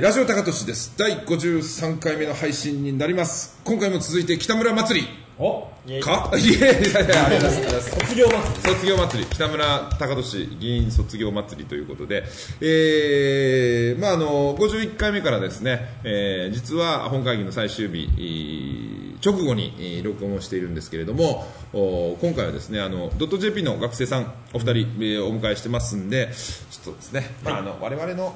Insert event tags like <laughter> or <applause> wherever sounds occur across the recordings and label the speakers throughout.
Speaker 1: ラジオ高俊です第53回目の配信になります今回も続いて北村祭り
Speaker 2: お
Speaker 1: か <laughs> いやいやいやありがとうございます
Speaker 2: 卒業祭り
Speaker 1: 卒業祭り北村貴俊議員卒業祭りということで、えーまあ、あの51回目からですね、えー実は本会議の最終日えー直後にえー録音をしているんですけれどもお今回はですねあのドット .jp の学生さんお二人、えーお迎えしてますんでちょっとですね、まあ、あの我々の,、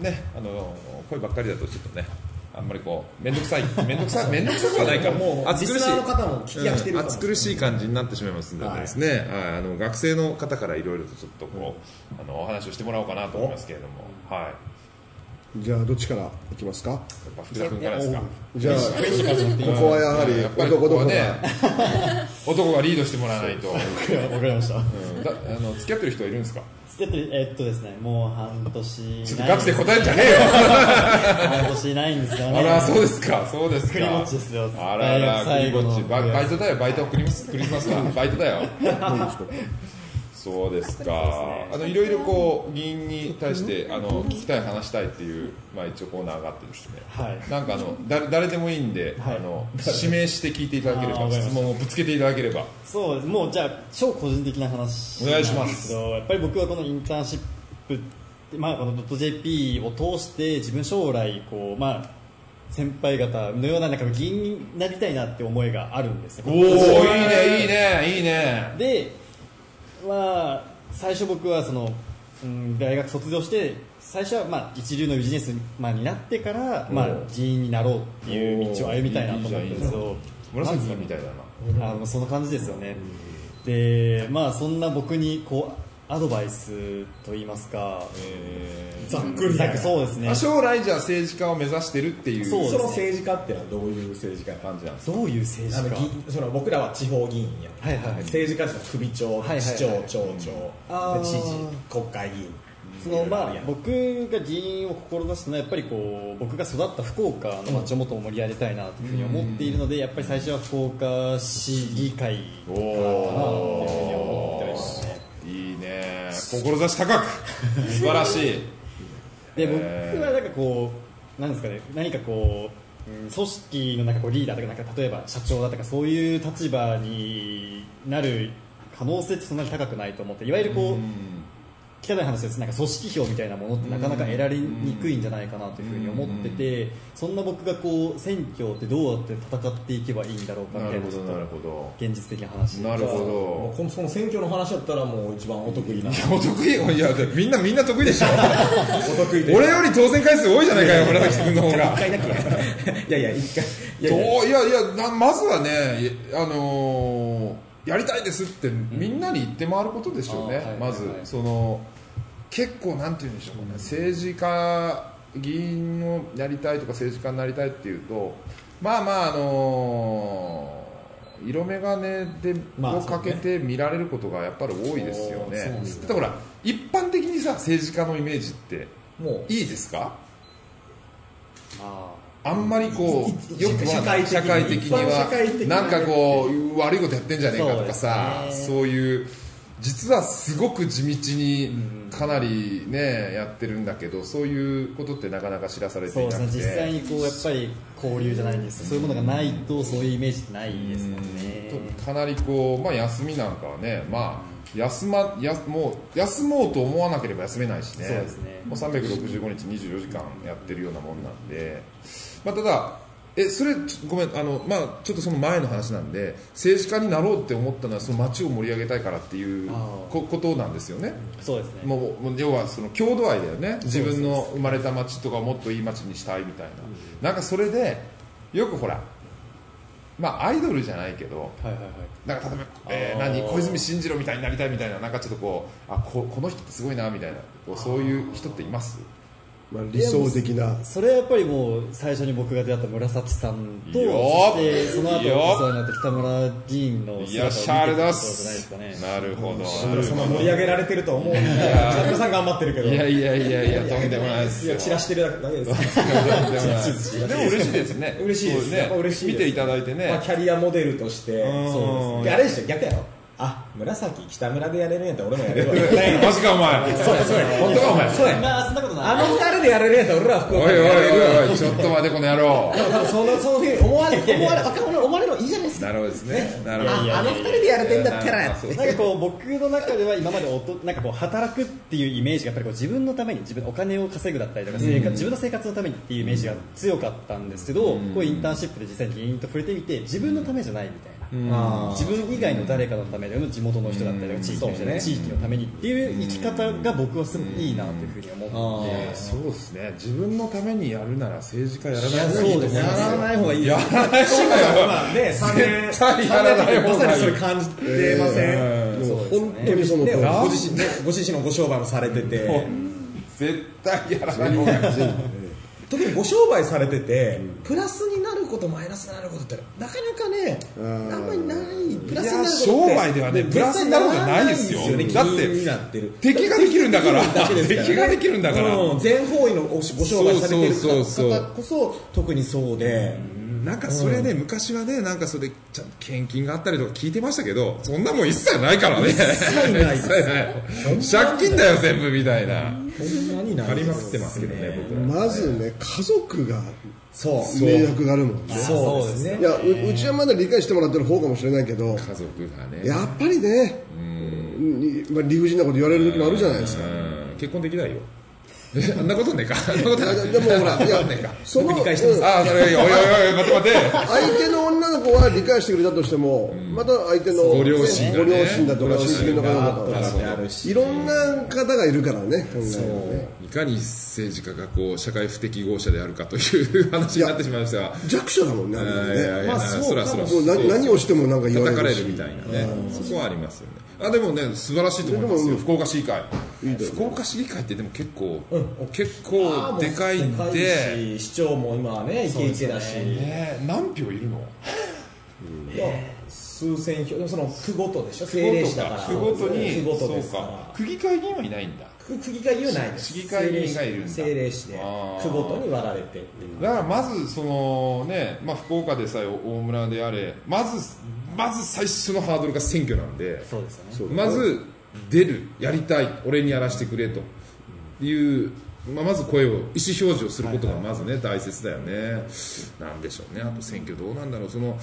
Speaker 1: ね、あの声ばっかりだとちょっとねあんまりこう面倒くさい面倒くさい面倒くさくはないから
Speaker 2: もうリスナーの方も聞き飽きて
Speaker 1: う
Speaker 2: るか
Speaker 1: ん
Speaker 2: も
Speaker 1: 暑苦しい感じになってしまいますのでですね、はいあの学生の方からいろいろとちょっとこう、あのお話をしてもらおうかなと思いますけれども、はい、や
Speaker 3: じゃあどっちからいきますか
Speaker 1: っぱ福田君からですか。
Speaker 3: じゃあここはやはり
Speaker 1: やっぱりこ
Speaker 3: 男
Speaker 1: こ
Speaker 3: ど
Speaker 1: は
Speaker 3: も
Speaker 1: ね
Speaker 3: が、
Speaker 1: 男がリードしてもらわないと。う
Speaker 4: わかりました。
Speaker 1: んだあの付き合ってる人はいるんですか。
Speaker 4: つっててえっとですね、もう半年。
Speaker 1: ちょっとガチで答えんじゃねえ
Speaker 4: 半年ないんです
Speaker 1: よ。
Speaker 4: よ
Speaker 1: あ
Speaker 4: ね。
Speaker 1: らそうですか、そうですか。
Speaker 4: クリぼっちですよ
Speaker 1: あららクリ
Speaker 4: 最
Speaker 1: ぼ
Speaker 4: 後
Speaker 1: っ
Speaker 4: の
Speaker 1: ち、ババイトだよ、バイトクリスクリスマス
Speaker 4: <laughs>
Speaker 1: はバイトだよ。そうですか。あのいろいろこう議員に対してあの聞きたい話したいっていうまあ一応コーナーがあってですね。
Speaker 4: はい。
Speaker 1: なんかあの誰誰でもいいんで、
Speaker 4: はい
Speaker 1: あの指名して聞いていただけれ
Speaker 4: あー
Speaker 1: ば
Speaker 4: わかりま
Speaker 1: 質
Speaker 4: した
Speaker 1: 問をぶつけていただければ
Speaker 4: そうです。もうじゃあ、超個人的な話
Speaker 1: お願いします
Speaker 4: なんでけどやっぱり僕はこのインターンシップって、まあこのドット JP を通して、自分将来、こう、まあ、先輩方のような、なんか議員になりたいなって思いがあるんです
Speaker 1: お
Speaker 4: ね
Speaker 1: おいいねいいねいいね
Speaker 4: で、まあ、最初僕はその、うん、大学卒業して最初はまあ一流のビジネスマンになってから、まあ、議員になろうっていう道を歩みたいなと思うんですけど
Speaker 1: 紫さんみたいだな
Speaker 4: あのその感じですよねで、まあ、そんな僕にこうアドバイスといいますか
Speaker 2: ざっくりだけど
Speaker 4: そうですね
Speaker 1: あ将来じゃあ政治家を目指してるっていう
Speaker 4: そう
Speaker 2: その政治家ってのはどういう政治家
Speaker 1: 感じなんです
Speaker 4: どういう政
Speaker 2: あ
Speaker 4: 治
Speaker 2: の
Speaker 4: 家
Speaker 2: 議その僕らは地方議員や、
Speaker 4: はいはいはい
Speaker 2: 政治家って首長、
Speaker 4: はいはいはい
Speaker 2: 市長、町長、
Speaker 4: あー
Speaker 2: で知事、国会議員
Speaker 4: そのまあ
Speaker 2: いろいろるやん
Speaker 4: 僕が議員を志したのはやっぱりこう僕が育った福岡の街をもっと盛り上げたいなというふうに思っているのでやっぱり最初は福岡市議会
Speaker 1: お
Speaker 4: かなというふうに思っておりますね
Speaker 1: おいいね志高く <laughs> 素晴らしい
Speaker 4: で僕
Speaker 1: えー
Speaker 4: はなんかこうなんですかね何かこううん組織のなんかこうリーダーとかなんか例えば社長だとかそういう立場になる可能性ってそんなに高くないと思っていわゆるこう汚い話ですなんか組織票みたいなものってなかなか得られにくいんじゃないかなというふうに思っててそんな僕がこう選挙ってどうやって戦っていけばいいんだろうかみ
Speaker 1: な
Speaker 4: た
Speaker 1: る
Speaker 4: いな
Speaker 1: ほ
Speaker 4: ち
Speaker 1: ど
Speaker 4: ょっ
Speaker 1: なる
Speaker 4: と
Speaker 1: ほど
Speaker 4: 現実的な話
Speaker 1: な <laughs> る
Speaker 2: も
Speaker 1: ほ
Speaker 2: うこのその選挙の話だったらもう一番お得意な
Speaker 1: どお得意いやみんなみんな得意でしょ <laughs>
Speaker 2: お得意というか
Speaker 1: 俺より当選回数多いじゃないかよ紫君の方が
Speaker 2: 一回だけいやいや一回いやい
Speaker 1: どう
Speaker 2: や
Speaker 1: いやいやなまずはね、いあのーやりたいですってみんなに言って回ることでしょうね、
Speaker 4: あーはい
Speaker 1: まず、
Speaker 4: はいはい
Speaker 1: その結構、なんて言うんでしょうね、政治家、議員をやりたいとか政治家になりたいっていうと、まあまあ、あのー色眼鏡で
Speaker 2: まあ
Speaker 1: をかけて見られることがやっぱり多いですよね。だから一般的にさ政治家のイメージって
Speaker 2: もう
Speaker 1: いいですか
Speaker 4: あ
Speaker 1: あんまりこう
Speaker 2: い
Speaker 1: よくはない
Speaker 2: 社
Speaker 1: 社
Speaker 2: 会
Speaker 1: 会
Speaker 2: 的
Speaker 1: 的
Speaker 2: に
Speaker 1: に
Speaker 2: 一般社会的
Speaker 1: は
Speaker 2: な
Speaker 1: なんかこう悪いことやってんじゃねえかとかさ
Speaker 4: そうですね
Speaker 1: そういう実はすごく地道にかなりねやってるんだけどそういうことってなかなか知らされ
Speaker 4: そ
Speaker 1: ていう
Speaker 4: で
Speaker 1: な
Speaker 4: すね
Speaker 1: く
Speaker 4: 実際
Speaker 1: て
Speaker 4: にこうやっぱり交流じゃないんですそういうものがないとそういうイメージってないですもんね
Speaker 1: かなりこうまあ休みなんかはねまあ休まやもう休もうと思わなければ休めないしね
Speaker 4: そうですね
Speaker 1: もう365日24時間やってるようなもんなんで、まあ、ただえそれちょごめんあの、まあ、ちょっとその前の話なんで政治家になろうって思ったのはその街を盛り上げたいからっていう
Speaker 4: あー
Speaker 1: こことなんですよね。
Speaker 4: そうですね
Speaker 1: もうもう要はその郷土愛だよね自分の生まれた町とかをもっといい町にしたいみたいな、なんかそれでよくほらまあアイドルじゃないけど
Speaker 4: はいはいはい
Speaker 1: なんか例えば、えー
Speaker 4: あー
Speaker 1: 何小泉進次郎みたいになりたいみたいななんかちょっとこうあここの人ってすごいなみたいなこうそういう人っています
Speaker 3: まあ、理想的な
Speaker 4: それはやっぱりもう最初に僕が出会った紫さんと
Speaker 1: いいよ
Speaker 4: そしてその後お
Speaker 1: いいよ
Speaker 4: 世話になった北村議員の姿を見
Speaker 1: い
Speaker 4: て
Speaker 1: らっしゃる
Speaker 4: た
Speaker 1: だ
Speaker 4: ところじゃないですすかね
Speaker 1: なるほど
Speaker 2: その盛り上げられてると思う北村さん頑張ってるけど
Speaker 1: いやいやいやいやとんでもないで
Speaker 2: い
Speaker 1: すよ
Speaker 2: や散らしてるだけです
Speaker 1: とんでもない <laughs> ですでも嬉しいですね
Speaker 2: 嬉しいです
Speaker 1: そう
Speaker 2: やっぱ嬉しいです
Speaker 1: 見ていただいてね、
Speaker 2: まあ、キャリアモデルとして
Speaker 1: ん
Speaker 2: そうですねであれでしょ逆やろあ、紫北村でやれるんやったら俺もやれるわ。
Speaker 1: マジかお前
Speaker 2: そうや、そうや。
Speaker 1: 本当かお前
Speaker 2: そうや。
Speaker 4: まあ、そんなことない。
Speaker 2: あの二人でやれるんやったら俺ら福
Speaker 1: おい
Speaker 2: 岡
Speaker 1: おい
Speaker 2: でやれるわ。
Speaker 1: おいおいちょっと待てこの野郎
Speaker 2: でも多分その、そういうふうに思われ、思われ、若者思われるのいいじゃないですか。
Speaker 1: なるほどですねなるほど
Speaker 2: あ、あの二人でやれてんだったらやって。
Speaker 4: なんかこう僕の中では今までおとなんかこう働くっていうイメージがやっぱりこう自分のために自分のお金を稼ぐだったりとか生活、自分の生活のためにっていうイメージが強かったんですけど、こうインターンシップで実際に議員と触れてみて自分のためじゃないみたいな。
Speaker 2: あ
Speaker 4: 自分以外の誰かのためで地元の人だったりとか地域の人だったり
Speaker 2: うん
Speaker 4: 地域のためにっていう生き方が僕はすごくいいなというふうに思って
Speaker 2: あ
Speaker 1: そうですね自分のためにやるなら政治家やらない方がいい
Speaker 4: そうですね
Speaker 2: やらない方がいいよ。まあね、3年、
Speaker 1: 絶対やらない方がいい
Speaker 2: まさにそれ感じてません。
Speaker 3: でも
Speaker 4: そうですね
Speaker 3: 本当にその通
Speaker 2: ね、
Speaker 3: り
Speaker 2: ご自身ね、ご自身のご商売もされてて、
Speaker 1: 絶対やらない方がいい
Speaker 2: 特にご商売されてて、プラスになること、マイナスになることって、なかなかね、あ
Speaker 3: うん
Speaker 2: んまりない、プラス
Speaker 1: い
Speaker 2: に
Speaker 1: や
Speaker 2: な
Speaker 1: 商売
Speaker 2: ることって。
Speaker 1: ではね
Speaker 2: 絶対
Speaker 1: プラスになることはないですよ
Speaker 2: ならな
Speaker 1: だって
Speaker 2: いんですよね気になってる。
Speaker 1: 敵ができるんだから
Speaker 2: だけですからね
Speaker 1: 敵ができるんだから
Speaker 2: うん全方位のご商売されてる
Speaker 1: そうそうそうそう
Speaker 2: 方こそ、特にそうで、
Speaker 1: なんかそれね、昔はね、なんかそれ、ちゃんと献金があったりとか聞いてましたけど、そんなもん一切ないからね。一
Speaker 2: 切ない
Speaker 1: 一切ない借金だよ、全部みたいな。
Speaker 2: ほんまにない
Speaker 1: ありまくってますけどね、僕ら。
Speaker 3: まずね家族が
Speaker 2: そう。
Speaker 3: 迷惑があるもんね
Speaker 2: そうですね
Speaker 3: い。やううちはまだ理解してもらってる方かもしれないけど
Speaker 1: 家族がね。
Speaker 3: やっぱりねにまあ理不尽なこと言われる時もあるじゃないですか
Speaker 1: うん結婚できないよ。えあんなことねえか。あんなこと
Speaker 3: い
Speaker 1: な
Speaker 3: や
Speaker 1: い
Speaker 3: ででもほ
Speaker 1: <laughs>
Speaker 3: らいや
Speaker 1: ねえか。
Speaker 3: その、うん
Speaker 1: ああ、それ、おいおいおい、待って待って。
Speaker 3: 相手の女の子は理解してくれたとしても、また相手の
Speaker 1: ご両親がね
Speaker 3: ご両親だとか
Speaker 1: ご両
Speaker 3: 親
Speaker 1: 親
Speaker 3: 戚の方
Speaker 2: と
Speaker 3: と
Speaker 2: か
Speaker 3: か
Speaker 2: ってあるし
Speaker 3: いろんな方がいるからね考えるね
Speaker 1: いかに政治家がこう、社会不適合者であるかという話になってしまいましたが。
Speaker 3: 弱者だもんねあ
Speaker 1: い
Speaker 3: れ
Speaker 1: やい
Speaker 3: ね
Speaker 1: やいや、そらそら。
Speaker 3: もう何何をしてもなんか言わ
Speaker 1: 叩か
Speaker 3: れる
Speaker 1: れ
Speaker 3: し
Speaker 1: るみたいなね、そこはありますよね。あでもね素晴らしいと思います
Speaker 3: で
Speaker 1: よ。
Speaker 3: も
Speaker 1: 福岡市議会。福岡市議会ってでも結構、結
Speaker 2: あーも
Speaker 1: 構
Speaker 2: う
Speaker 1: でかいんで、
Speaker 2: し市長も今はねイケイケだし
Speaker 1: ね何票いるの？
Speaker 2: 数千票でもその区ごとでしょ政令
Speaker 1: 区ご
Speaker 2: 市
Speaker 1: と
Speaker 2: だから
Speaker 1: か区ごとに
Speaker 2: 区ごと
Speaker 1: そ
Speaker 2: で
Speaker 1: う
Speaker 2: すか
Speaker 1: から区議会議員はいないんだ。
Speaker 2: 区区議会議はないです
Speaker 1: 市議会議員がいるんだ
Speaker 2: 政令市で
Speaker 1: あー
Speaker 2: 区ごとに割られてっていう
Speaker 1: だからまずそのねまあ福岡でさえ大村であれまずまず最初のハードルが選挙なんで。
Speaker 4: そうですよね
Speaker 3: そう
Speaker 1: まず出る、やりたい、俺にやらせてくれという、まあ、まず声を、意思表示をすることがまずね、大切だよね、なんでしょうね、あと選挙、どうなんだろう、その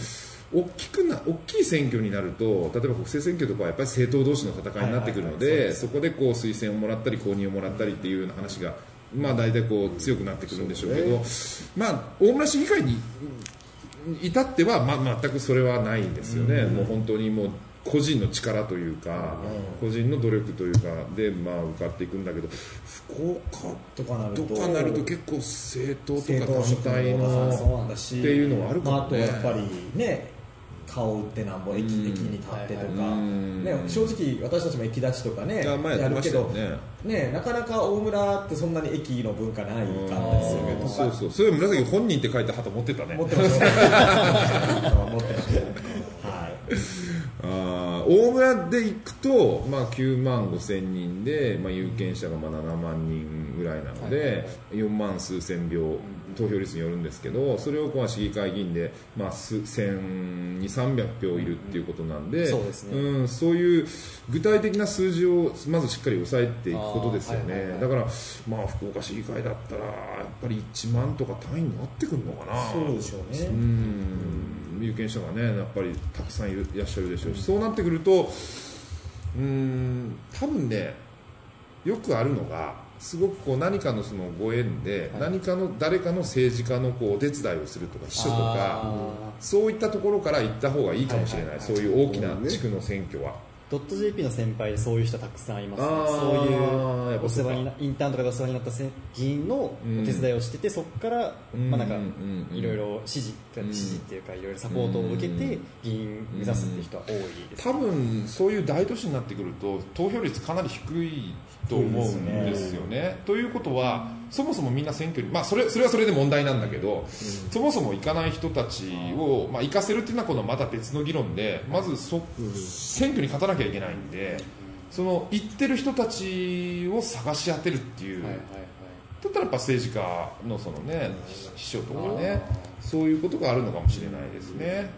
Speaker 1: 大きくな大きい選挙になると、例えば国政選挙とかはやっぱり政党同士の戦いになってくるの
Speaker 2: はいはい
Speaker 1: で、そこでこう推薦をもらったり、公認をもらったりっていうような話が。まあ、大体こう強くなってくるんでしょうけど、まあ、大村市議会に至っては、ま、全くそれはないんですよね、もう本当にもう個人の力というか、個人の努力というかで、まあ、受かっていくんだけど福岡
Speaker 2: とかなる
Speaker 1: と
Speaker 2: と
Speaker 1: かなると結構政党
Speaker 2: 政党
Speaker 1: とか団体
Speaker 2: 色々なそうなん
Speaker 1: の
Speaker 2: だし
Speaker 1: っていうのはあるかもね
Speaker 2: まあ、あとやっぱりね顔売ってなんぼ駅駅に立ってとか、
Speaker 1: うん
Speaker 2: ね、正直私たちも駅出しとかね
Speaker 1: が前や
Speaker 2: や
Speaker 1: り
Speaker 2: る
Speaker 1: ま
Speaker 2: け
Speaker 1: したよ
Speaker 2: ど
Speaker 1: ね。
Speaker 2: ね、なかなか大村ってそんなに駅の文化ないかったりするけど
Speaker 1: そうそうそれ紫本人って書いた旗持ってたね
Speaker 2: 持ってました
Speaker 1: <laughs>
Speaker 2: 持ってましたはい
Speaker 1: あー大村で行くと、まあ、9万5千人で、まあ、有権者がまあ7万人ぐらいなので、4万数千票投票率によるんですけどそれをこう市議会議員で、まあ、数千2 3 0 0票いるっていうことなんで、
Speaker 4: そうですね
Speaker 1: うん、そういう具体的な数字をまずしっかり抑えていくことですよね、
Speaker 4: あーはいはいはい
Speaker 1: だから、まあ、福岡市議会だったらやっぱり1万とか単位になってくるのかな。
Speaker 2: そうでしょうね
Speaker 1: うん有権者がねやっぱりたくさんいるいらっしゃるでしょうし、そうなってくるとうん多分ねよくあるのがすごくこう何かのそのご縁で、何かの誰かの政治家のこうお手伝いをするとか秘書とか
Speaker 4: あ
Speaker 1: そういったところから行った方がいいかもしれない、
Speaker 4: はいはいはい
Speaker 1: そういう大きな地区の選挙は。
Speaker 4: ードット JP の先輩でそういう人たくさんいますね
Speaker 1: あー
Speaker 4: そう
Speaker 1: や
Speaker 4: い
Speaker 1: っ
Speaker 4: う
Speaker 1: ぱ
Speaker 4: お世
Speaker 1: そうか
Speaker 4: 話になインターンとかでお世話になったせ議員のお手伝いをしてて、そこから、
Speaker 1: うん
Speaker 4: まあ、なんか
Speaker 1: うん
Speaker 4: いろいろ指示
Speaker 1: ん
Speaker 4: 指示っていうかいろいろサポートを受けて議員目指すっていう人は多いです、
Speaker 1: 多分そういう大都市になってくると投票率かなり低いと思うんですよね。ということはそもそもみんな選挙に、まあ、それそれはそれで問題なんだけど、そもそも行かない人たちを、まあ、行かせるっていうのはこのまた別の議論でまずそ、選挙に勝たなきゃいけないんでその行ってる人たちを探し当てるっていう。だったらやっぱ政治家のそのね秘書とかねそういうことがあるのかもしれないですね。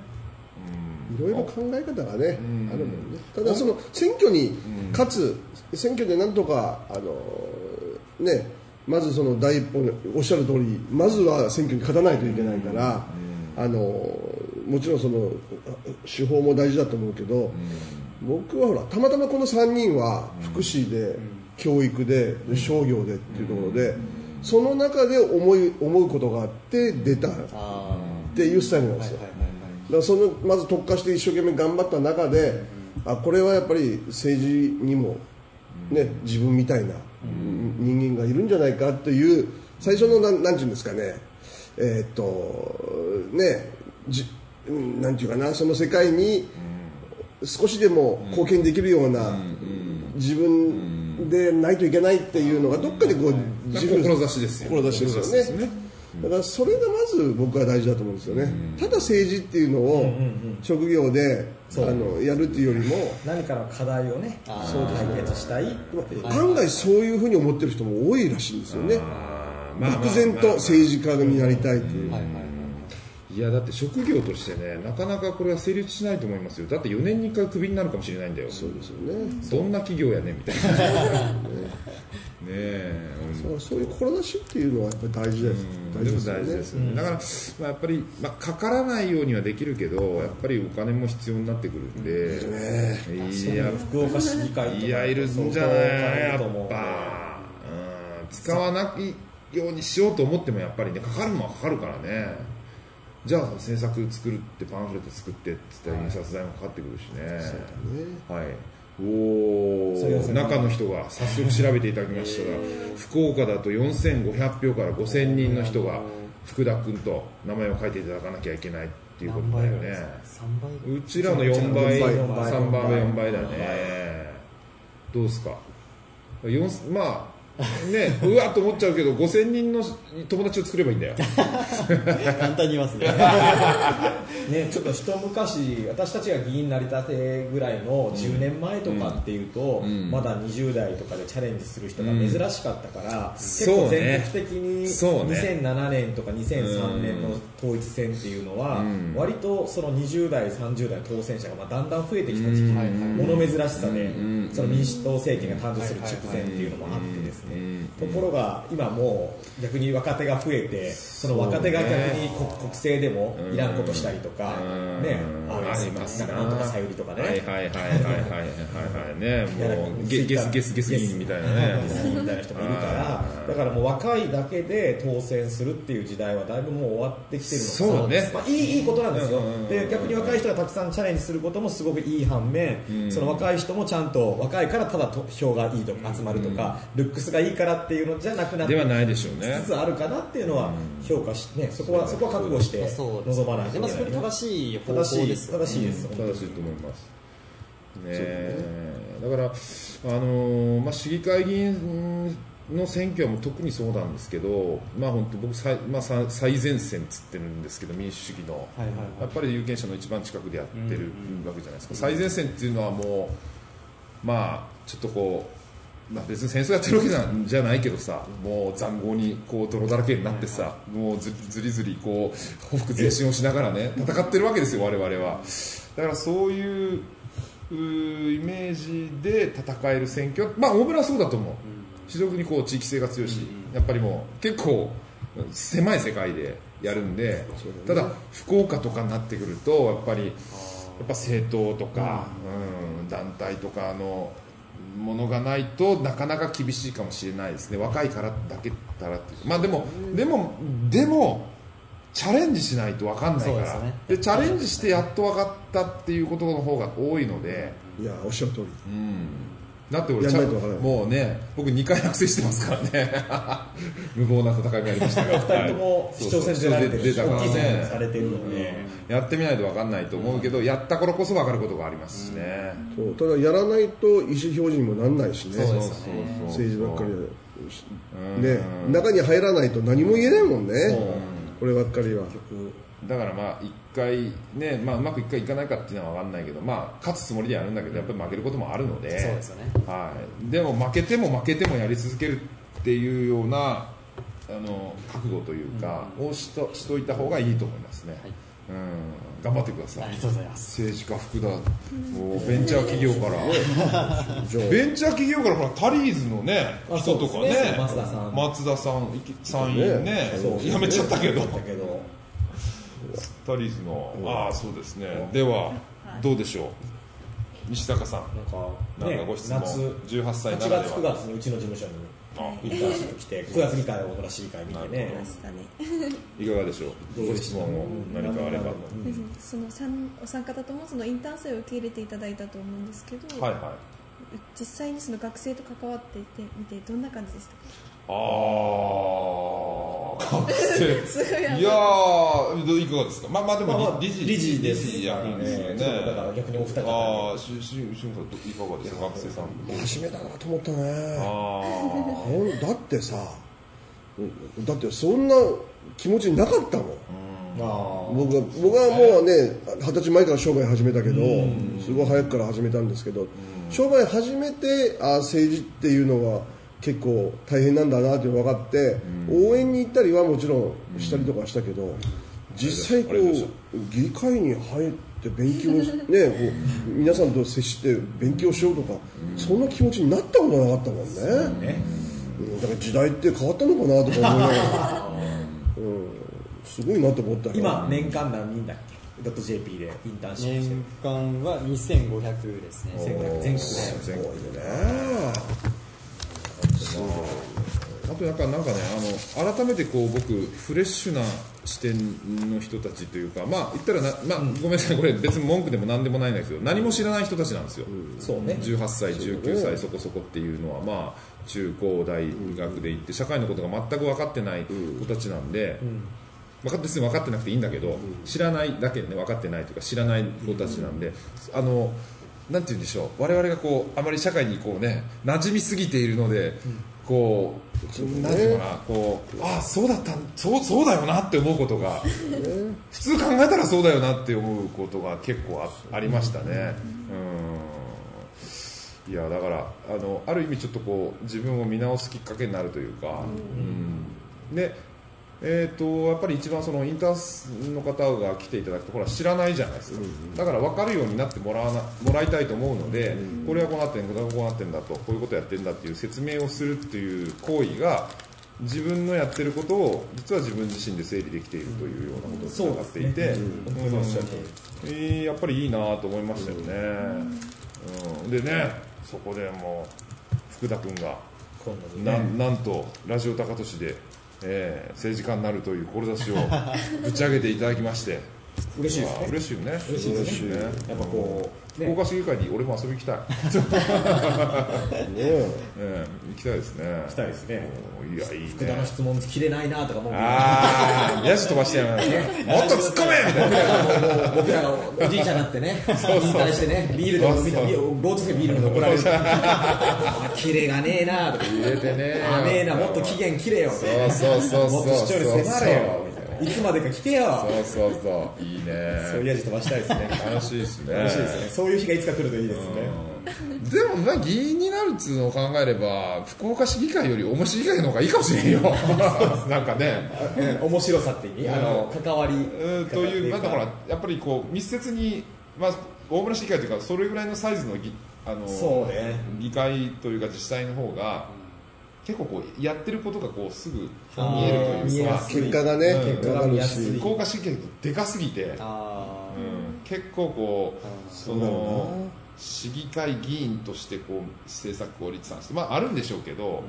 Speaker 3: いろいろ考え方
Speaker 1: ん
Speaker 3: がね、あるもんね。ただその選挙に勝つ、選挙でなんとかあのね、まずその第一歩のおっしゃる通り、まずは選挙に勝たないといけないから、あのもちろんその手法も大事だと思うけど、僕はほらたまたまこの3人は福祉で、教育でで商業でっていうところで、その中で思い思うことがあって出たっ
Speaker 4: あ
Speaker 3: ていうスタイルなん
Speaker 4: あ
Speaker 3: で
Speaker 4: はい
Speaker 3: す
Speaker 4: は
Speaker 3: よ
Speaker 4: い。はい
Speaker 3: だからそのまず特化して一生懸命頑張った中で、あこれはやっぱり政治にも、ね、自分みたいな人間がいるんじゃないかという最初のなんなんていうんですかねえーっとねじうんなんていうかなその世界に少しでも貢献できるような、自分でないといけないっていうのがどっかでこう、自分
Speaker 1: 志ですよ
Speaker 3: 志ですよねだからそれがまず僕は大事だと思うんですよね、ただ政治っていうのを職業で、
Speaker 2: そう
Speaker 3: あのやるっていうよりも
Speaker 2: 何かの課題をね
Speaker 4: あ
Speaker 2: 解決したいっていう
Speaker 3: 案外そういうふうに思ってる人も多いらしいんですよね
Speaker 1: まあまあ
Speaker 3: 漠然と政治家になりたいっていう、
Speaker 4: はいはいはい
Speaker 1: いやだって職業としてねなかなかこれは成立しないと思いますよだって4年に1回クビになるかもしれないんだよ
Speaker 3: そうですよね
Speaker 1: どんな企業やねみたい
Speaker 3: <laughs>
Speaker 1: なねえうん
Speaker 3: だからそういう志っていうのはやっぱり大事です
Speaker 1: うんでも大事ですよね、だから、まあ、やっぱり、まあ、かからないようにはできるけどやっぱりお金も必要になってくるんで、いや
Speaker 2: 福岡市議会とか
Speaker 1: いやいるんじゃないや
Speaker 2: 相当絡むと思う
Speaker 1: っぱ、うん、使わないようにしようと思ってもやっぱりねかかるもんはかかるからねじゃあ制作作るってパンフレット作ってって言ったら印刷代もかかってくるしね、はいお
Speaker 2: そうです
Speaker 1: お
Speaker 2: ね
Speaker 1: 中の人が早速調べていただきましたが福岡だと4500票から5000人の人が福田君と名前を書いていただかなきゃいけないっていうことだよね
Speaker 4: 3倍
Speaker 1: うちらの4倍、
Speaker 2: そう
Speaker 1: 3
Speaker 2: 4倍
Speaker 1: 番目4倍だね。どうですか四まあ、
Speaker 2: <laughs>
Speaker 1: ね、うわっと思っちゃうけど、5000人の友達を作ればいいん
Speaker 2: <laughs>
Speaker 1: だよ。
Speaker 4: 簡単に言いますね
Speaker 2: ね、ちょっと一昔私たちが議員になりたてぐらいの10年前とかっていうと、
Speaker 1: ん
Speaker 2: まだ20代とかでチャレンジする人が珍しかったから、結
Speaker 1: そう
Speaker 2: 構
Speaker 1: ね
Speaker 2: 全国的に
Speaker 1: そうね
Speaker 2: 2007年とか2003年の統一選っていうのは、
Speaker 1: うん
Speaker 2: 割とその20代30代の当選者がまあだんだん増えてきた時期、
Speaker 1: うん
Speaker 2: 物珍しさで、
Speaker 1: うん
Speaker 2: その民主党政権が誕生する直前っていうのもあってですね、ところが今もう逆に若手が増えてその若手が逆に国国政でもいらんことしたりとか、
Speaker 1: うん
Speaker 2: ね
Speaker 1: あります
Speaker 2: なんとかさゆりとかね、
Speaker 1: はいはいはいはいはいはいはいね、もうゲゲスゲスゲス議員みたいな
Speaker 2: ゲス
Speaker 1: ね。
Speaker 2: 議員みたいな人もいるからだからもう若いだけで当選するっていう時代はだいぶもう終わってきてるのかな
Speaker 1: そうね
Speaker 2: まあ、いいいいことなんですよ、
Speaker 1: うんうんうん
Speaker 2: で逆に若い人がたくさんチャレンジすることもすごくいい反面、
Speaker 1: ん
Speaker 2: その若い人もちゃんと若いからただと票がいいとか集まるとか、ルックスがいいからっていうのじゃなくなって
Speaker 1: ではないでしょう
Speaker 2: つ
Speaker 1: ね。
Speaker 2: つあるかなっていうのは評価して、ね、そこはそこは覚悟して
Speaker 4: そうです
Speaker 2: 臨まないといけ
Speaker 4: <laughs> で
Speaker 2: な
Speaker 4: も
Speaker 2: い
Speaker 4: それ正
Speaker 2: ね
Speaker 4: しい方
Speaker 2: 正
Speaker 4: 法
Speaker 2: しい
Speaker 4: ですよ
Speaker 2: 正しいです、
Speaker 1: 正しいと思います。ねえだから、あのーまあ、市議会議員の選挙はもう特にそうなんですけど、まあ、本当僕最、まあ、最最前線っつってるんですけど民主主義の、
Speaker 4: はいはい
Speaker 1: やっぱり有権者の一番近くでやってるわけじゃないですか、最前線っていうのはもう、まあ、ちょっとこう、まあ、別に戦争やってるわけじゃじゃないけどさもう塹壕にこう泥だらけになってさ、もうずずりずりこうほふく前進をしながらね戦ってるわけですよ、我々は。だからそういううーイメージで戦える選挙まあ大村はそうだと思う、非常にこう地域性が強いし、やっぱりもう結構狭い世界でやるんで、ただ福岡とかになってくるとやっぱりやっぱ政党とか、うん、団体とかのものがないとなかなか厳しいかもしれないですね若いからだけたらっていうまあでもでもでもチャレンジしないと分かんないから
Speaker 4: そうですね
Speaker 1: でチャレンジしてやっと分かったっていうことの方が多いので、
Speaker 3: いやおっしゃる通り
Speaker 1: うん、だって俺
Speaker 3: やん
Speaker 1: ちゃ
Speaker 3: なんいと分からない
Speaker 1: もうね僕2回落選してますからね <laughs> 無謀な戦いもやりましたが
Speaker 2: 2人とも市長選出られてるし
Speaker 1: そうそう
Speaker 2: 大きい
Speaker 1: そう出たからね
Speaker 2: 選挙されてるので、
Speaker 1: やってみないと分かんないと思うけど、やった頃こそ分かることがありますしね、
Speaker 3: そうただやらないと意思表示にもなんないしね
Speaker 4: そうです
Speaker 1: そう
Speaker 3: 政治ばっかり
Speaker 1: うん
Speaker 3: で、ね、中に入らないと何も言えないもんねこればっかりは
Speaker 1: だからまあ一回ね、まあ、うまく一回いかないかっていうのは分かんないけど、まあ、勝つつもりでやるんだけどやっぱり負けることもあるので
Speaker 4: そうですよね
Speaker 1: はい、でも負けても負けてもやり続けるっていうようなあの覚悟というか、をしとしといた方がいいと思いますね、
Speaker 4: はい
Speaker 1: うん、頑張ってくださ
Speaker 4: あり
Speaker 1: い
Speaker 4: がとうございます。
Speaker 1: 政治家福田おベンチャー企業から
Speaker 3: じゃあ
Speaker 1: ベンチャー企業からほらタリーズのね
Speaker 2: あ
Speaker 1: 人とか
Speaker 2: そうです
Speaker 1: ね
Speaker 2: ね松田さん
Speaker 1: 松田さんいき参院ね
Speaker 3: ねそう
Speaker 1: やめちゃったけど
Speaker 2: だけど
Speaker 1: タリーズのああそうですねではどうでしょう西坂さん
Speaker 2: なんか,、
Speaker 1: な
Speaker 2: ね、
Speaker 1: んかご質問
Speaker 2: 夏
Speaker 1: 18歳な
Speaker 2: 8
Speaker 1: ら
Speaker 2: 月
Speaker 1: で
Speaker 2: 9
Speaker 1: は
Speaker 2: 月にうちの事務所に
Speaker 1: あ
Speaker 2: インターンシップ来て9月に
Speaker 1: <laughs>
Speaker 2: 会をらしい会見見てね
Speaker 1: な
Speaker 5: ましたね。
Speaker 1: いかがでしょう
Speaker 2: どう
Speaker 1: ご
Speaker 2: で
Speaker 1: 質
Speaker 2: した
Speaker 1: 問を何かあれば
Speaker 2: うん
Speaker 5: その三お三方ともそのインターン生を受け入れていただいたと思うんですけど、
Speaker 1: はいはい
Speaker 5: 実際にその学生と関わっていてみてどんな感じでしたか？
Speaker 1: ああ
Speaker 2: <laughs>
Speaker 1: 学生
Speaker 5: すごい
Speaker 1: いやーどういかがですかまあまあで
Speaker 2: まあま
Speaker 1: も
Speaker 2: あ
Speaker 1: 理事
Speaker 2: 理事です
Speaker 1: 理事やから
Speaker 2: ねちょっとだから逆にお二方
Speaker 1: ああ、しゅ、しゅ、しゅんさん、どいかがですか、学生
Speaker 2: <laughs>
Speaker 1: さん。
Speaker 3: 真面目だなと思ったね
Speaker 1: あ
Speaker 3: ほんだってさだってそんな気持ちなかったもん
Speaker 2: あー
Speaker 3: 僕は僕はもうね二十歳前から商売始めたけどすごい早くから始めたんですけど商売始めてあ政治っていうのが結構大変なんだなって分かって応援に行ったりはもちろんしたりとかはしたけど実際こ
Speaker 1: ありがとうございまし
Speaker 3: う議会に入って勉強しねこう皆さんと接して勉強しようとかそんな気持ちになったことなかったもんね
Speaker 2: ね
Speaker 3: うんだから時代って変わったのかなとか思いながらうんすごいなと思ったよ
Speaker 2: 今年間何人だっけドット .jp でインターンシップしてる
Speaker 4: 年間は2500ですね。
Speaker 2: 全国全国
Speaker 1: 全
Speaker 2: で
Speaker 1: 国
Speaker 3: ああ
Speaker 1: あ、あと、なんか、なんかね、あの、改めて、こう、僕、フレッシュな。視点の人たちというか、まあ、言ったらな、まあ、ごめんなさい、これ、別に文句でも何でもないんですけど、何も知らない人たちなんですよ。
Speaker 2: そうね
Speaker 1: 18歳、19歳そこそこっていうのは、まあ、中高大学で行って社会のことが全く分かってない子たちなんで、分かっ別に分かってなくていいんだけど知らないだけでね分かってないというか知らない子たちなんで。あのなんて言うんでしょう我々がこうあまり社会にこうね馴染みすぎているので、こうなんていうのかなこうああそうだったそうそうだよなって思うことが普通考えたらそうだよなって思うことが結構あありましたね。うんいやだからあのある意味ちょっとこう自分を見直すきっかけになるというか、うんでえー、とやっぱり一番そのインターンの方が来ていただくとほら知らないじゃないですか、だから分かるようになってもらわなもらいたいと思うので、これはこうなってんだこうなってんだとこういうことやってんだっていう説明をするっていう行為が自分のやってることを実は自分自身で整理できているというようなことにつながっていて、
Speaker 2: 本当におっしゃる通り
Speaker 1: えーやっぱりいいなと思いましたよね、うんでねそこでもう福田君が
Speaker 2: 今度
Speaker 1: な
Speaker 2: ね
Speaker 1: なんとラジオ高俊で、えー政治家になるという志
Speaker 2: <laughs>
Speaker 1: をぶち上げていただきまして
Speaker 2: 嬉しいです
Speaker 1: あ
Speaker 2: ね
Speaker 1: 嬉しいよね
Speaker 2: 嬉しいですね
Speaker 1: や
Speaker 2: やっぱこう
Speaker 1: 福
Speaker 2: ね
Speaker 1: 岡市議会に俺も遊びに行き
Speaker 2: <laughs>
Speaker 1: たい、
Speaker 3: ねえ
Speaker 1: えー行きたいですね行
Speaker 2: きたいですね
Speaker 1: いやいい
Speaker 2: 福田の
Speaker 1: ね
Speaker 2: 質問切れないなとかもう
Speaker 1: ああヤジ飛ばしてやめない
Speaker 2: <laughs>
Speaker 1: もっと突っ込めみたいな
Speaker 2: 僕らがおじいちゃんになっ
Speaker 1: <laughs>
Speaker 2: てね、引退してね、ビールでも飲みたい、ぼーっとしてビールでも怒ら
Speaker 1: <laughs>
Speaker 2: れる。キレがねえなとか、
Speaker 1: 入れてね
Speaker 2: 甘えな、もっと期限切れよとか、
Speaker 1: そうそう
Speaker 2: も
Speaker 1: そう
Speaker 2: っと
Speaker 1: そう
Speaker 2: 視
Speaker 1: そ
Speaker 2: 聴
Speaker 1: う
Speaker 2: 率迫れよ
Speaker 1: そう
Speaker 2: みたいな、いつまでか聞けよ、
Speaker 1: そうそうそういい
Speaker 2: そうい
Speaker 1: <laughs>
Speaker 2: う
Speaker 1: ね
Speaker 2: 味飛ばしたいですね。
Speaker 1: 楽しいですね
Speaker 2: 楽しいですね。そういう日がいつか来るといいですね。
Speaker 1: でもまあ議員になるっつうのを考えれば福岡市議会より大市議会の方がいいかもしれんよなんかね
Speaker 2: うん面白さって意味、あの関わり
Speaker 1: うんというなんかほらやっぱりこう密接に、まあ、大村市議会というかそれぐらいのサイズの議あの
Speaker 2: そうね
Speaker 1: 議会というか自治体の方が結構こうやってることがこうすぐ見えると
Speaker 2: 見
Speaker 1: い
Speaker 2: え
Speaker 1: う
Speaker 2: や
Speaker 1: か
Speaker 2: すい
Speaker 3: 結果がね、
Speaker 1: うん
Speaker 3: 結果があるし、
Speaker 2: うん
Speaker 1: 福岡市議会とでかすぎて、うん、
Speaker 4: あ
Speaker 1: 結構こう
Speaker 4: あ。
Speaker 1: そ
Speaker 3: そうだよ
Speaker 1: の市議会議員としてこう政策を立案して、まあ、あるんでしょうけど、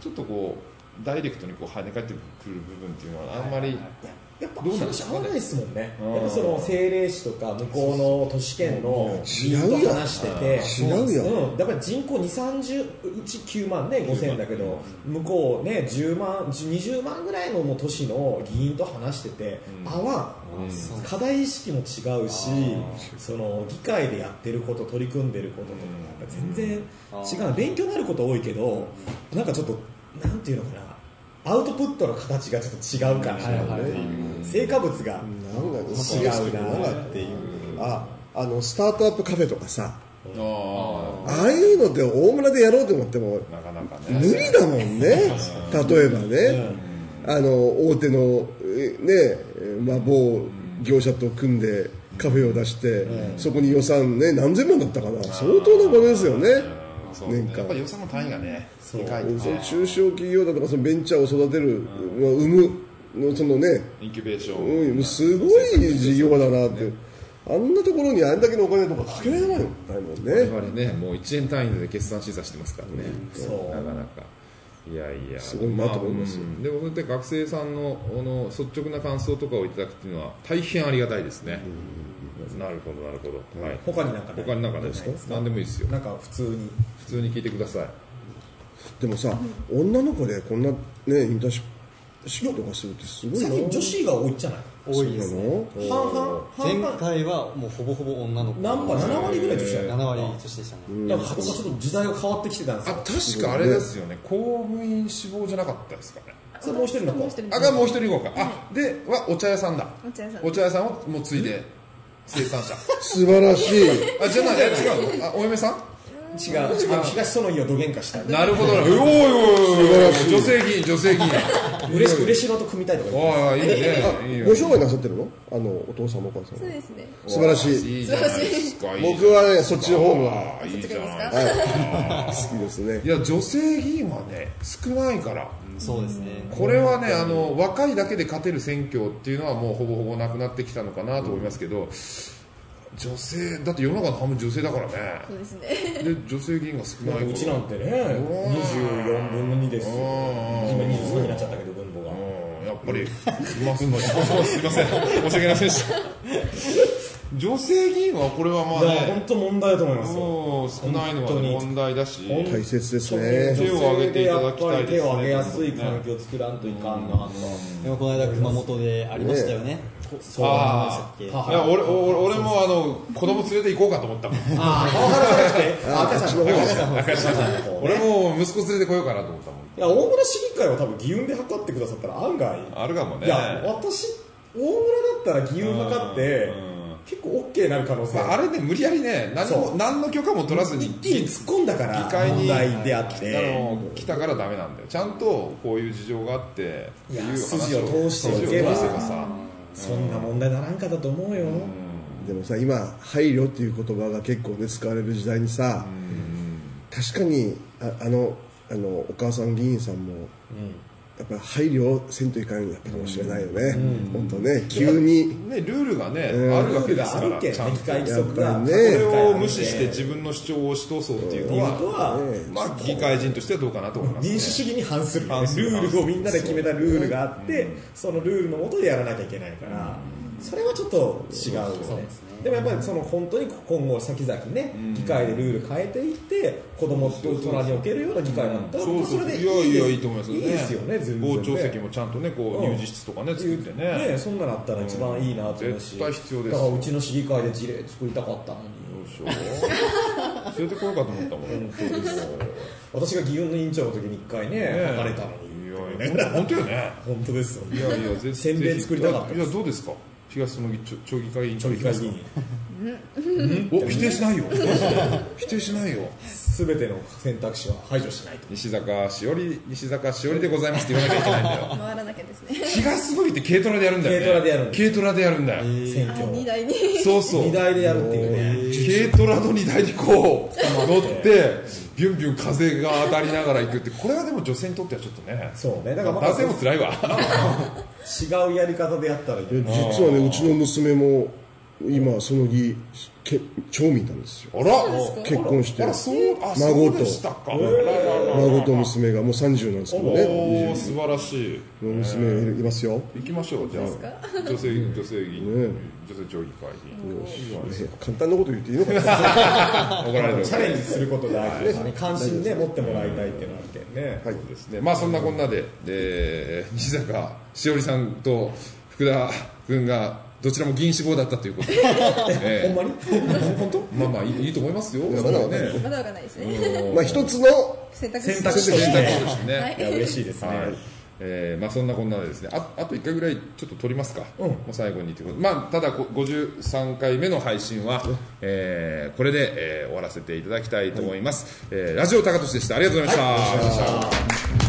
Speaker 1: ちょっとこうダイレクトにこう跳ね返ってくる部分っていうのはあんまり、
Speaker 2: やっぱ
Speaker 1: どうなんで
Speaker 2: 話
Speaker 1: すか
Speaker 2: 合わないですもんね
Speaker 1: うん
Speaker 2: やっぱその政令市とか向こうの都市圏の
Speaker 3: 違うよ
Speaker 2: 人と話してて
Speaker 3: 違うよ
Speaker 2: ん、だから人口2 3 0うち9万ね5000だけど向こうね10万20万ぐらいのもう都市の議員と話してて、
Speaker 1: うん
Speaker 2: 合わん、
Speaker 4: そう
Speaker 2: 課題意識も違う
Speaker 4: あ
Speaker 2: しその議会でやってること取り組んでることと
Speaker 1: う
Speaker 2: か
Speaker 1: ん
Speaker 2: やっぱ全然
Speaker 4: あ
Speaker 2: 違う勉強になること多いけどなんかちょっとなんていうのかなアウトプットの形がちょっと違うから、
Speaker 4: はいはいはい
Speaker 2: 成果物が
Speaker 3: なんかね、
Speaker 2: 違うなっていう
Speaker 3: ああのスタートアップカフェとかさ、
Speaker 1: あ
Speaker 3: ああいうのって大村でやろうと思っても
Speaker 1: あなかなか
Speaker 3: 無理
Speaker 1: ね
Speaker 3: だもんね、例えばね、あの大手のえね、えまあ、某業者と組んでカフェを出して、そこに予算ね何千万だったかな相当なお金ですよね
Speaker 6: そうね
Speaker 3: 年間
Speaker 6: やっぱり予算の単位がねでかいと
Speaker 3: その
Speaker 6: ね
Speaker 3: 中小企業だとかそのベンチャーを育てる、まあ産むのそのね
Speaker 6: インキュベーション
Speaker 3: うん、すごい事業だなって、あんなところにあれだけのお金とかかけられないもん
Speaker 1: 我
Speaker 3: ね、
Speaker 1: 々ねもう1円単位で決算審査してますからね、
Speaker 2: そう
Speaker 1: なかなかいやいや
Speaker 3: すごいなと思いますよ
Speaker 1: あうんでもそうやって学生さんのあの率直な感想とかをいただくっていうのは大変ありがたいですね、なるほどなるほど、はい
Speaker 2: 他になんかない
Speaker 1: 他に何かないですか何でもいいですよ
Speaker 2: なんか普通に
Speaker 1: 普通に聞いてください
Speaker 3: でもさ、女の子でこんな、ね、インターンシップとかするってすごい
Speaker 2: 最
Speaker 3: な、
Speaker 2: 近女子が多いじゃない
Speaker 4: 多いですね
Speaker 3: そうなの
Speaker 2: 半々半
Speaker 4: 前
Speaker 2: 々
Speaker 4: 回はもうほぼほぼ女の子
Speaker 2: 何割7割ぐらい女子だよ
Speaker 4: 7割女子でしたね、
Speaker 2: やっぱちょっと時代が変わってきてたんです
Speaker 1: あ
Speaker 2: よ
Speaker 1: 確かあれですよね公務員志望じゃなかったですかね
Speaker 2: それもう一人の子
Speaker 5: もう一人の
Speaker 1: あがもう一人行こうかあではお茶屋さんだ
Speaker 5: お茶屋さん
Speaker 1: お茶屋さんをもう継いで生産 <laughs> 者
Speaker 3: 素晴らしい、
Speaker 1: あじゃないいや違うのあお嫁さん
Speaker 2: 違う違う東園にはどげんかしたい
Speaker 1: なるほどな。おいおいおいおい女性議員、女性議員。
Speaker 2: 嬉し嬉しのと組みたいとか
Speaker 1: おいおい、いい
Speaker 2: 言って
Speaker 3: あ
Speaker 1: ね。いいよ
Speaker 3: ご商売なさってるのあのお父さんもお母さん
Speaker 5: そう
Speaker 3: も
Speaker 5: ですね
Speaker 3: 素晴らしい、
Speaker 1: いいじゃないですか。いいじゃない
Speaker 3: 僕はね、そっちの方が
Speaker 1: あいいじゃない
Speaker 5: そっちがいい
Speaker 3: 好きですね
Speaker 1: い、や、女性議員はね、少ないから。
Speaker 4: そうですね、
Speaker 1: これはね、あの、若いだけで勝てる選挙っていうのはもうほぼほぼなくなってきたのかなと思いますけど、女性、だって世の中の半分女性だから <laughs> ね。
Speaker 5: そうですね
Speaker 1: で、女性議員が少ないから。
Speaker 2: うちなんてね
Speaker 1: おー
Speaker 2: 24分の2ですよ
Speaker 1: おー
Speaker 2: 今23になっちゃったけど分母が
Speaker 1: うんやっぱり、ますんのに、すいません、申し訳ないでした。女性議員は、これはまあ
Speaker 2: だから
Speaker 1: ね
Speaker 2: 本、当問題だと思いますよ
Speaker 1: もう少ないのは
Speaker 2: 本当に
Speaker 1: 問題だし、
Speaker 2: 本当
Speaker 3: 大切です
Speaker 2: 女
Speaker 3: ね、
Speaker 1: 手を挙げていただきたいですね
Speaker 2: 手を挙げやすい環境を作らんといかんなと
Speaker 4: でもこの間熊本でありましたよね
Speaker 2: そう
Speaker 1: ああ
Speaker 4: い
Speaker 1: い
Speaker 4: や
Speaker 1: や俺俺俺もあの子供連れて行こうかと思ったもん
Speaker 2: あ赤ちゃんの赤ちゃんの赤ちゃんの方ね
Speaker 1: 俺も息子連れてこようかなと思ったもん
Speaker 2: いや大村市議会は多分議運で測ってくださったら案外
Speaker 1: あるかもね
Speaker 2: いや私大村だったら議運測って
Speaker 1: うん
Speaker 2: 結構 OK になる可能性
Speaker 1: まあ、あれね無理やりね何
Speaker 2: そ
Speaker 1: も
Speaker 2: う
Speaker 1: 何の許可も取らず
Speaker 2: 一
Speaker 1: に
Speaker 2: 気に突っ込んだから
Speaker 1: 議会に
Speaker 2: 問題であっ
Speaker 1: あ
Speaker 2: て
Speaker 1: の来たからダメなんだよちゃんとこういう事情があってって
Speaker 2: い
Speaker 1: いう
Speaker 2: や
Speaker 1: 話
Speaker 2: 筋を通していけば
Speaker 1: 筋を通せばさ
Speaker 2: そんな問題ならんかったと思うよ
Speaker 3: でもさ今配慮っていう言葉が結構ね使われる時代にさ、確かにああのあのお母さん議員さんもやっぱり配慮をせんといかんやったかもしれないよね、本当ね急に
Speaker 1: ねルールがね、
Speaker 3: うん
Speaker 1: あるわけですか
Speaker 2: ル
Speaker 1: ら
Speaker 2: ールがあるけん
Speaker 1: ちゃん
Speaker 2: ね
Speaker 1: と
Speaker 2: 議会規則
Speaker 3: や
Speaker 2: が
Speaker 3: っぱり
Speaker 1: そ
Speaker 3: ね
Speaker 1: れを無視して自分の主張を押し通そうっていうの
Speaker 2: いうこと
Speaker 1: は、
Speaker 2: は
Speaker 1: まあ、議会人としてはどうかなと思います、ね、
Speaker 2: 民主主義に反するよね
Speaker 1: 反する
Speaker 2: ルールをみんなで決めたルールがあってそのルールのもとでやらなきゃいけないからそれはちょっと違うよねでもやっぱりその本当に今後先々ね議会でルール変えていって子供と大人におけるような議会だったら
Speaker 1: そう
Speaker 2: そ
Speaker 1: そう
Speaker 2: れで
Speaker 1: い
Speaker 2: い
Speaker 1: や
Speaker 2: い
Speaker 1: いや
Speaker 2: で
Speaker 1: いいと思います
Speaker 2: いいですよね全然
Speaker 1: 傍聴席もちゃんとねこう
Speaker 2: うん
Speaker 1: 入試室とかね作ってね
Speaker 2: ねそんなのあったら一番いいなと思うし
Speaker 1: 絶対必要です
Speaker 2: だからうちの市議会で事例作りたかったのに
Speaker 1: どうしよう連れてこようかと思ったもんね
Speaker 2: 私が議運の委員長の時に一回ね
Speaker 1: え
Speaker 2: 書かれたのに
Speaker 1: いやいや本当よね
Speaker 2: 本当ですよ
Speaker 1: いやいやぜひ
Speaker 2: 宣伝作りたかった
Speaker 1: いやどうですか東その議町議会議員
Speaker 2: 町議会議員
Speaker 1: お否定しないよ否定しないよ
Speaker 2: すべての選択肢は排除しないと
Speaker 1: 西坂しおり西坂しおりでございますって言わなきゃいけないん
Speaker 2: <laughs>
Speaker 1: だよ
Speaker 5: 回らなきゃですね
Speaker 1: 東すごいって軽トラでやるんだよね
Speaker 2: 軽トラでやるんだ
Speaker 1: 軽トラでやるんだよ
Speaker 2: 選
Speaker 5: あ
Speaker 2: 挙を
Speaker 5: 荷台に
Speaker 1: そうそう
Speaker 2: 荷台でやるっていうね
Speaker 1: 軽トラの荷台にこう乗ってビュンビュン風が当たりながら行くってこれはでも女性にとってはちょっとね
Speaker 2: そうねだからま
Speaker 1: 男性も辛いわ
Speaker 2: た違うやり方でやったらいい
Speaker 3: 実はねうちの娘も今その議け町民なんですよ
Speaker 1: あら
Speaker 3: 結婚して
Speaker 1: あらそうあ
Speaker 3: 孫
Speaker 1: そう
Speaker 3: と
Speaker 1: でしたか
Speaker 3: 孫と娘がもう30なんですけど
Speaker 1: おお
Speaker 3: ね
Speaker 1: 素晴らしい
Speaker 3: 娘いるいますよ
Speaker 1: 行きましょうじゃあ女性女性議員女性町議会議員
Speaker 3: ね簡単なこと言っていいのかな
Speaker 1: 怒られる
Speaker 2: チャレンジすること大事ですね関心ね持ってもらいたいっていうのはあるけどね
Speaker 1: そうですねまあそんなこんなで、えー、西坂しおりさんと福田君がどちらも議員志望だったということで、
Speaker 2: <laughs> ほ
Speaker 1: え
Speaker 2: んまに本当
Speaker 1: ーまあまあいいいいと思いますよ。
Speaker 3: やまだわかんない
Speaker 1: ね
Speaker 5: まだわかんないですね
Speaker 3: まあ一つの
Speaker 5: 選択肢
Speaker 2: 選択肢とし
Speaker 1: 選
Speaker 2: て
Speaker 1: 択肢としてね。
Speaker 5: はい
Speaker 2: いや嬉しいですね
Speaker 1: はい。えーまあそんなこんなでですねああと1回ぐらいちょっと取りますか、
Speaker 2: ん
Speaker 1: もう最後にということで、まあ、ただこ53回目の配信は、えーこれで、えー終わらせていただきたいと思います、えーラジオ高俊でしたありがとうございました